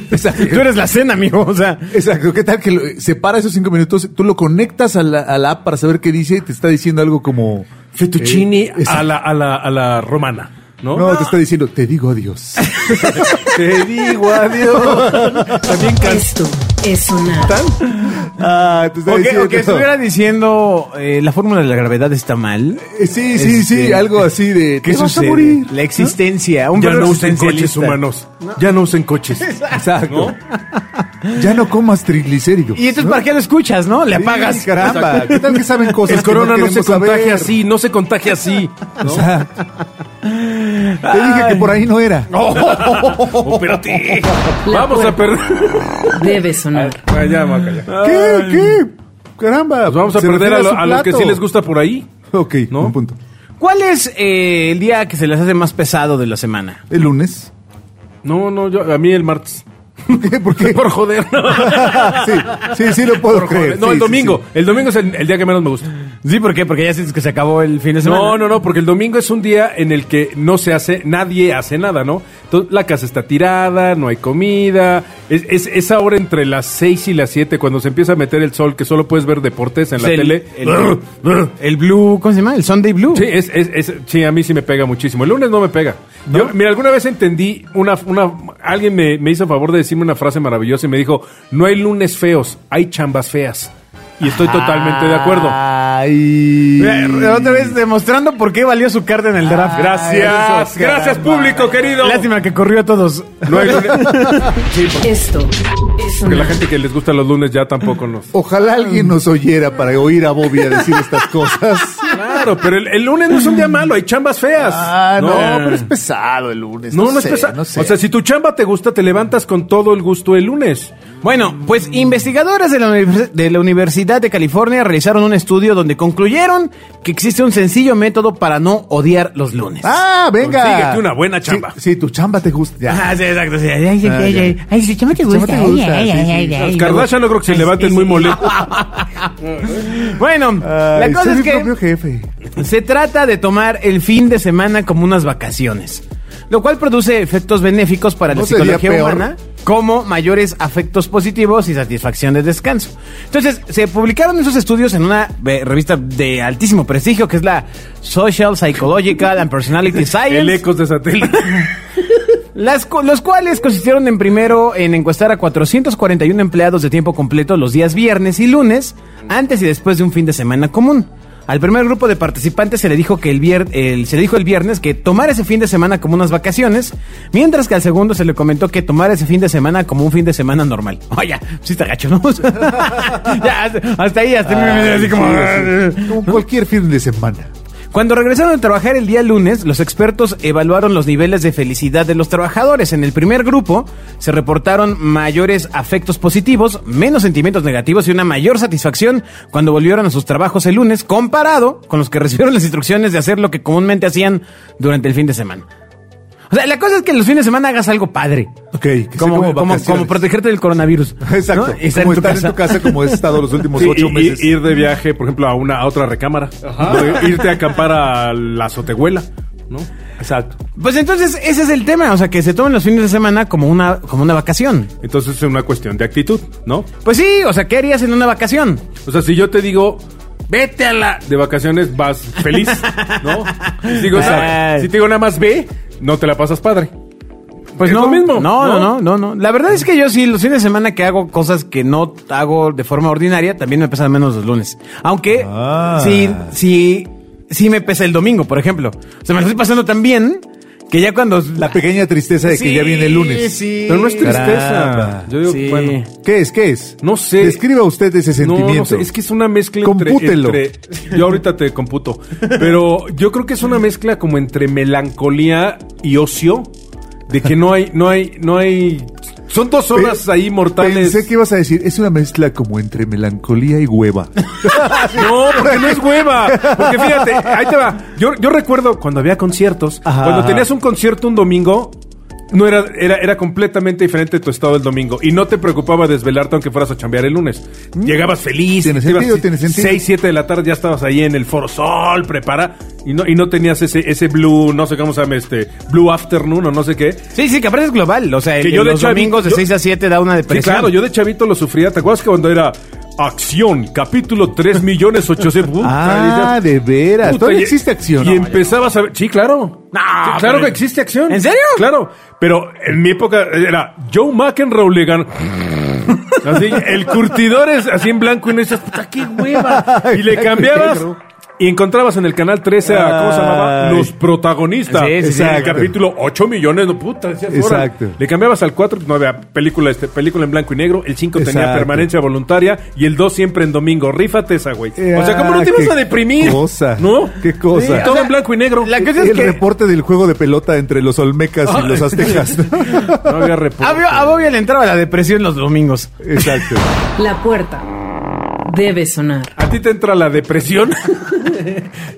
Speaker 2: eres la cena, amigo. O sea,
Speaker 3: exacto. ¿Qué tal que lo- separa esos cinco minutos? Tú lo conectas a la, a la app para saber qué dice y te está diciendo algo como.
Speaker 4: Fettuccini
Speaker 3: Eh, exacto.
Speaker 4: a, la, a, la, a la romana, ¿no?
Speaker 3: No, te está diciendo, te digo adiós.
Speaker 4: Te digo adiós. También can-
Speaker 1: Esto es sonar.
Speaker 3: ¿Tal? Ah, te está
Speaker 2: o que,
Speaker 3: diciendo.
Speaker 2: o que estuviera diciendo eh, la fórmula de la gravedad está mal.
Speaker 3: Eh, Sí, sí, sí,
Speaker 2: Este,
Speaker 3: algo así de.
Speaker 2: ¿Qué
Speaker 3: te vas a
Speaker 2: sucede?
Speaker 3: morir.
Speaker 2: La existencia. Un
Speaker 4: Ya
Speaker 2: perro
Speaker 4: no usen
Speaker 2: existencialista.
Speaker 4: coches humanos. Ya no usen coches.
Speaker 3: Exacto. Ya no comas triglicéridos.
Speaker 2: Y entonces, ¿para qué lo escuchas, no? Le apagas.
Speaker 3: Sí, caramba. ¿Qué tal que saben cosas?
Speaker 4: El
Speaker 3: que
Speaker 4: corona no, se
Speaker 3: queremos
Speaker 4: contagia
Speaker 3: saber?
Speaker 4: así, no se contagia así.
Speaker 3: O sea, te dije que por ahí no era.
Speaker 4: Espérate.
Speaker 1: La
Speaker 4: Vamos a perder.
Speaker 1: puerta Debe sonar.
Speaker 3: Ah,
Speaker 4: Vaya, vaca, ya.
Speaker 3: ¿Qué? ¿Qué? Caramba.
Speaker 4: Nos vamos a
Speaker 3: se
Speaker 4: perder
Speaker 3: refiere
Speaker 4: a,
Speaker 3: su
Speaker 4: lo- a los que
Speaker 3: plato.
Speaker 4: sí les gusta por ahí.
Speaker 3: Ok,
Speaker 4: ¿No?
Speaker 3: un punto.
Speaker 2: ¿Cuál es eh, el día que se les hace más pesado de la semana?
Speaker 3: El lunes.
Speaker 4: No, no, yo, a mí el martes.
Speaker 3: ¿Por qué? ¿Por qué?
Speaker 4: Por joder.
Speaker 3: sí, sí, sí lo puedo creer.
Speaker 4: No,
Speaker 3: Sí,
Speaker 4: el
Speaker 3: sí,
Speaker 4: domingo.
Speaker 3: sí.
Speaker 4: El domingo es el, el día que menos me gusta.
Speaker 2: Sí, ¿por qué? Porque ya sientes que se acabó el fin de semana.
Speaker 4: No, no, no, porque el domingo es un día en el que no se hace, nadie hace nada, ¿no? Entonces la casa está tirada, no hay comida. Es, es esa hora entre las 6 y las 7 cuando se empieza a meter el sol que solo puedes ver deportes en
Speaker 2: Es
Speaker 4: la
Speaker 2: el-
Speaker 4: tele.
Speaker 2: El, el blue, ¿cómo se llama? El Sunday Blue.
Speaker 4: Sí, es, es- es- sí, a mí sí me pega muchísimo. El lunes no me pega. Yo, mira, alguna vez entendí una, una alguien me, me hizo favor de decirme una frase maravillosa y me dijo, no hay lunes feos, hay chambas feas. Y estoy totalmente de acuerdo.
Speaker 2: Ah,
Speaker 3: Ay.
Speaker 2: Eh, Otra vez demostrando por qué valió su carta en el draft.
Speaker 4: Ah, Gracias,
Speaker 3: eso,
Speaker 4: gracias
Speaker 3: caramba.
Speaker 4: público querido.
Speaker 2: Lástima que corrió a todos.
Speaker 4: No hay lunes. Sí,
Speaker 1: Esto es
Speaker 4: porque la
Speaker 1: sonar.
Speaker 4: gente que les gusta los lunes ya tampoco nos...
Speaker 3: Ojalá alguien nos oyera para oír a Bobby a decir estas cosas.
Speaker 4: Claro, pero el, el lunes no es un día malo, hay chambas feas.
Speaker 3: Ah, no, pero es pesado el lunes.
Speaker 4: No, no, es
Speaker 3: sé,
Speaker 4: pesado.
Speaker 3: No sé.
Speaker 4: O sea, si tu chamba te gusta, te levantas con todo el gusto el lunes.
Speaker 2: Bueno, pues investigadoras de la, univers- de la Universidad de California realizaron un estudio donde concluyeron que existe un sencillo método para no odiar los lunes.
Speaker 3: ah, venga.
Speaker 4: Consíguete una buena chamba.
Speaker 3: Sí, sí, tu chamba te gusta. Ya.
Speaker 2: Ajá, sí, exacto. sí. Ay, ay,
Speaker 3: Ah,
Speaker 2: ay,
Speaker 3: ya.
Speaker 2: ay. Ay, sí, chama te
Speaker 3: Sí, chama
Speaker 2: gusta.
Speaker 3: te
Speaker 2: Ay,
Speaker 3: gusta,
Speaker 2: ay,
Speaker 3: sí,
Speaker 2: ay,
Speaker 3: sí.
Speaker 2: ay, ay.
Speaker 4: Los Kardashian no creo que se levanten muy molestos.
Speaker 2: Bueno, la
Speaker 3: Ay,
Speaker 2: cosa
Speaker 3: soy
Speaker 2: es
Speaker 3: mi
Speaker 2: que...
Speaker 3: propio jefe.
Speaker 2: Se trata de tomar el fin de semana como unas vacaciones, lo cual produce efectos benéficos para
Speaker 3: ¿No
Speaker 2: la
Speaker 3: sería
Speaker 2: psicología
Speaker 3: peor?
Speaker 2: humana, como mayores afectos positivos y satisfacción de descanso. Entonces, se publicaron esos estudios en una eh, revista de altísimo prestigio que es la Social, Psychological and Personality
Speaker 4: El
Speaker 2: Science.
Speaker 4: ecos de satélite.
Speaker 2: Las cu- los cuales consistieron en primero en encuestar a 441 empleados de tiempo completo los días viernes y lunes, antes y después de un fin de semana común. Al primer grupo de participantes se le dijo que el, vier- el- se le dijo el viernes que tomar ese fin de semana como unas vacaciones, mientras que al segundo se le comentó que tomar ese fin de semana como un fin de semana normal. Oye, sí está gacho, ¿no? O sea, ya, hasta, hasta ahí, hasta me- me-
Speaker 3: Ay,
Speaker 2: así
Speaker 3: sí,
Speaker 2: como-
Speaker 4: eh,
Speaker 3: sí. Como cualquier fin de semana.
Speaker 2: cuando regresaron a trabajar el día lunes, los expertos evaluaron los niveles de felicidad de los trabajadores. En el primer grupo se reportaron mayores afectos positivos, menos sentimientos negativos y una mayor satisfacción cuando volvieron a sus trabajos el lunes, comparado con los que recibieron las instrucciones de hacer lo que comúnmente hacían durante el fin de semana. O sea, la cosa es que los fines de semana hagas algo padre.
Speaker 3: Ok, que sea
Speaker 2: como,
Speaker 3: como
Speaker 2: como-
Speaker 3: vacaciones.
Speaker 2: como protegerte del coronavirus. ¿no?
Speaker 3: Exacto.
Speaker 2: Y estar
Speaker 3: como
Speaker 2: en tu
Speaker 3: estar
Speaker 2: casa.
Speaker 3: en tu casa como has estado los últimos
Speaker 4: Sí,
Speaker 3: ocho
Speaker 4: y-
Speaker 3: meses.
Speaker 4: y- ir de viaje, por ejemplo, a una a otra recámara. ¿no? Irte a acampar a la azotehuela, ¿no? Exacto.
Speaker 2: Pues entonces ese es el tema, o sea, que se tomen los fines de semana como una, como una vacación.
Speaker 4: Entonces es una cuestión de actitud, ¿no?
Speaker 2: Pues sí, o sea, ¿qué harías en una vacación?
Speaker 4: O sea, si yo te digo, vete a la... De vacaciones vas feliz, ¿no? Si, digo, o sea,
Speaker 2: Ay.
Speaker 4: si te digo nada más ve, no te la pasas padre.
Speaker 2: Pues
Speaker 4: Es
Speaker 2: no,
Speaker 4: lo mismo,
Speaker 2: No, no, no, no,
Speaker 4: ¿no?
Speaker 2: no. La verdad es que yo sí, los fines de semana que hago cosas que no hago de forma ordinaria, también me pesan menos los lunes. Aunque
Speaker 3: Ah.
Speaker 2: sí, sí, sí me pesa el domingo, por ejemplo. O sea, me lo estoy pasando tan bien que ya cuando...
Speaker 3: La pequeña tristeza de que
Speaker 2: Sí,
Speaker 3: ya viene el lunes.
Speaker 2: sí.
Speaker 4: Pero no es tristeza.
Speaker 3: Caramba.
Speaker 4: Yo digo,
Speaker 2: Sí.
Speaker 4: bueno...
Speaker 3: ¿Qué es? ¿Qué es?
Speaker 4: No sé.
Speaker 3: Describa usted ese sentimiento.
Speaker 4: No, no sé, es que es una mezcla
Speaker 3: Compútelo.
Speaker 4: entre, entre- Yo ahorita te computo. Pero yo creo que es una mezcla como entre melancolía y ocio. De que no hay, no hay, no hay. Son dos horas
Speaker 3: Pe-
Speaker 4: ahí mortales.
Speaker 3: Pensé que ibas a decir, es una mezcla como entre melancolía y hueva.
Speaker 4: No, porque no es hueva. Porque fíjate, ahí te va. Yo, yo recuerdo cuando había conciertos,
Speaker 3: Ajá,
Speaker 4: cuando
Speaker 3: ajá.
Speaker 4: tenías un concierto un domingo. No era, era, era completamente diferente tu estado el domingo. Y no te preocupaba desvelarte aunque fueras a chambear el lunes. Llegabas feliz.
Speaker 3: Mm. Tiene
Speaker 4: te ibas
Speaker 3: sentido, tiene sentido.
Speaker 4: 6, 7 de la tarde ya estabas ahí en el Foro Sol, prepara. Y no, y no tenías ese, ese blue, no sé cómo se llama, este, blue afternoon o no sé qué.
Speaker 2: Sí, sí, que aparte es global. O sea, el-
Speaker 4: Que yo de
Speaker 2: los
Speaker 4: hecho-
Speaker 2: domingos de
Speaker 4: yo-
Speaker 2: 6 a 7 da una
Speaker 4: Sí,
Speaker 2: depresión.
Speaker 4: claro, yo de chavito lo sufría. ¿Te acuerdas que cuando era Acción, capítulo 3 millones 800?
Speaker 3: Ah, de veras.
Speaker 4: Puta,
Speaker 3: Todavía
Speaker 4: y-
Speaker 3: existe acción.
Speaker 4: Y
Speaker 3: No,
Speaker 4: empezabas a ver. Sí, claro.
Speaker 2: No,
Speaker 4: Sí,
Speaker 2: pero-
Speaker 4: claro que existe acción.
Speaker 2: ¿En serio?
Speaker 4: Claro. Pero en mi época era Joe McEnroe le ganó. Así, el curtidor es así en blanco y no dices, puta, qué hueva. Y le cambiabas. Y encontrabas en el canal 13 a, ¿cómo se llamaba?
Speaker 3: Ay.
Speaker 4: Los protagonistas.
Speaker 2: Sí, sí, sí.
Speaker 4: En el capítulo 8 millones, no puta. decías, órale.
Speaker 3: Exacto.
Speaker 4: Le cambiabas al 4, no había película, este, película en blanco y negro. El 5 tenía
Speaker 3: Exacto.
Speaker 4: permanencia voluntaria. Y el 2 siempre en domingo. Rífate esa, güey. o sea, ¿cómo no te
Speaker 3: Ah,
Speaker 4: vas
Speaker 3: qué
Speaker 4: a deprimir?
Speaker 3: cosa,
Speaker 4: ¿No?
Speaker 3: qué cosa.
Speaker 4: Sí,
Speaker 3: O
Speaker 4: todo
Speaker 2: sea,
Speaker 4: en blanco y negro.
Speaker 2: la cosa es
Speaker 3: el
Speaker 2: que-
Speaker 3: reporte del juego de pelota entre los olmecas y los aztecas.
Speaker 4: No había reporte.
Speaker 2: A Bobby- a Bobby le entraba la depresión los domingos.
Speaker 3: Exacto.
Speaker 1: La puerta debe sonar.
Speaker 4: A ti te entra la depresión.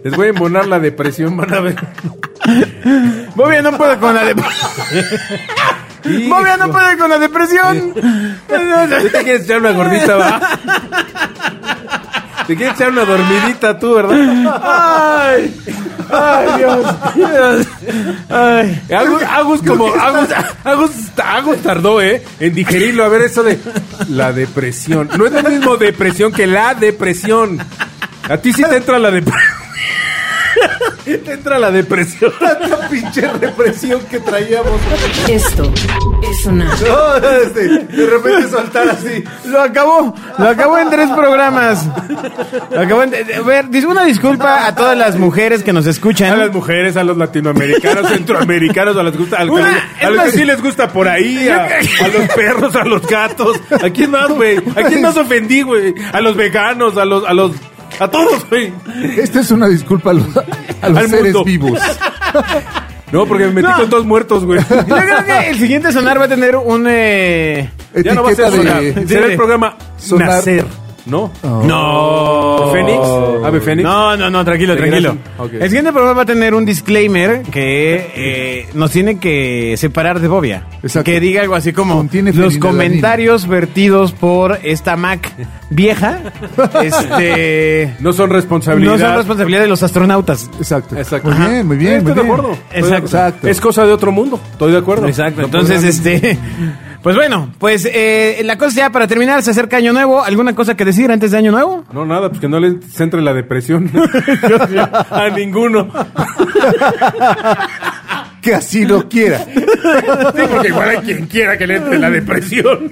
Speaker 4: Les voy a embonar la depresión, van a ver.
Speaker 2: Bobia no puede con la depresión. Bobia no puede con la depresión.
Speaker 4: ¿Tú te quieres echar una gordita, va? Te quieres echar una dormidita tú, ¿verdad?
Speaker 2: Ay, ay, Dios. Dios. Ay.
Speaker 4: Agus, Agus como... Agus, Agus, Agus tardó, ¿eh? En digerirlo. A ver, eso de... La depresión. No es lo mismo depresión que la depresión. A ti sí te entra la depresión. Te entra la depresión.
Speaker 3: Tanta pinche represión que traíamos.
Speaker 1: Esto es sonar.
Speaker 3: No, este, de repente soltar así.
Speaker 2: Lo acabó, lo acabó en tres programas. Lo acabó en- eh, a ver, dis- una disculpa a todas las mujeres que nos
Speaker 4: A las
Speaker 2: escuchan.
Speaker 4: mujeres, a los latinoamericanos, centroamericanos, a las gusta, al
Speaker 2: Una-
Speaker 4: cariño, a los
Speaker 2: es
Speaker 4: que
Speaker 2: más-
Speaker 4: sí les gusta por ahí, a, a los perros, a los gatos, ¿a quién más, güey? ¿A quién más ofendí, güey? A los veganos, a los, a los A todos, güey.
Speaker 3: Esta es una disculpa a los, a los
Speaker 4: Al
Speaker 3: seres
Speaker 4: mundo.
Speaker 3: vivos.
Speaker 4: No, porque me metí
Speaker 2: No.
Speaker 4: con todos muertos, güey.
Speaker 2: Yo creo que el siguiente sonar va a tener un... eh,
Speaker 4: Ya no va a ser
Speaker 3: Etiqueta
Speaker 4: sonar.
Speaker 3: de...
Speaker 4: Será el programa
Speaker 3: Sonar.
Speaker 4: Nacer. ¿No?
Speaker 2: Oh. No.
Speaker 4: ¿Fénix? ¿Ave Fénix?
Speaker 2: No, no, no, tranquilo,
Speaker 4: ¿De
Speaker 2: tranquilo.
Speaker 4: Grayson? Ok.
Speaker 2: El siguiente programa va a tener un disclaimer que eh, nos tiene que separar de Bobia.
Speaker 3: Exacto.
Speaker 2: Que diga algo así como
Speaker 3: Contiene
Speaker 2: los
Speaker 3: fenilalanina".
Speaker 2: comentarios vertidos por esta Mac vieja este,
Speaker 4: No son responsabilidad.
Speaker 2: no son responsabilidad de los astronautas.
Speaker 3: Exacto.
Speaker 4: Exacto.
Speaker 3: Muy
Speaker 4: Ajá.
Speaker 3: bien, muy bien. muy
Speaker 4: Estoy de
Speaker 3: bien.
Speaker 4: acuerdo. Estoy de
Speaker 2: Exacto.
Speaker 4: acuerdo. Es cosa de otro mundo. Estoy de acuerdo.
Speaker 2: Exacto.
Speaker 4: No
Speaker 2: Entonces,
Speaker 4: podrán-
Speaker 2: este, pues bueno, pues eh, la cosa ya para terminar, se acerca Año Nuevo. ¿Alguna cosa que decir antes de Año Nuevo?
Speaker 4: No, nada, pues que no le centre la depresión. a ninguno.
Speaker 3: Que así lo quiera.
Speaker 4: Sí, porque igual hay quien quiera que le entre la depresión.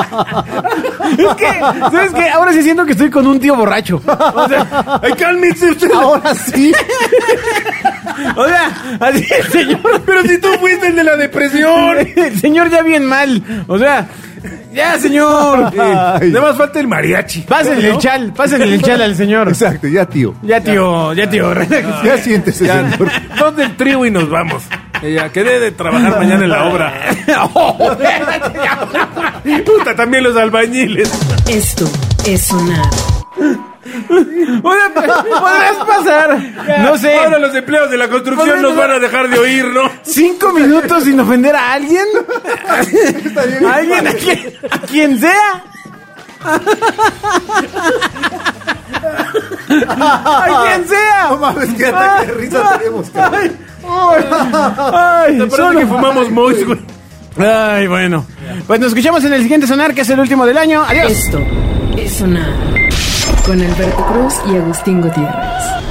Speaker 2: Es que, ¿sabes qué? Ahora sí siento que estoy con un tío borracho. O sea,
Speaker 4: ¡Ay, cálmense ustedes!
Speaker 3: Ahora sí.
Speaker 2: o sea, así el señor,
Speaker 4: ¡Pero si tú fuiste el de la depresión!
Speaker 2: el señor ya bien mal. O sea, ya señor. Eh,
Speaker 3: Ay.
Speaker 4: Nada más falta el mariachi.
Speaker 2: Pásenle el chal, pásenle el chal al señor.
Speaker 3: Exacto, ya tío.
Speaker 2: Ya tío, ya tío.
Speaker 3: Ya siéntese, señor.
Speaker 4: Dos del trigo y nos vamos. Ella, quedé de trabajar mañana en la obra. Puta, también los albañiles.
Speaker 1: Esto es sonar.
Speaker 2: Podrás podrás pasar, no sé, Pues
Speaker 4: Ahora los empleados de la construcción nos van a dejar de oír, ¿no?
Speaker 2: cinco minutos sin ofender a alguien.
Speaker 3: bien.
Speaker 2: A alguien, a quien, a quien sea. A quien sea.
Speaker 3: No mames, qué ataque de risa tenemos, cabrón.
Speaker 2: Ay,
Speaker 4: Parece que fumamos mois, güey.
Speaker 2: Ay, bueno. Pues nos escuchamos en el siguiente sonar, que es el último del año. Adiós.
Speaker 1: Esto es sonar. Con Alberto Cruz y Agustín Gutiérrez.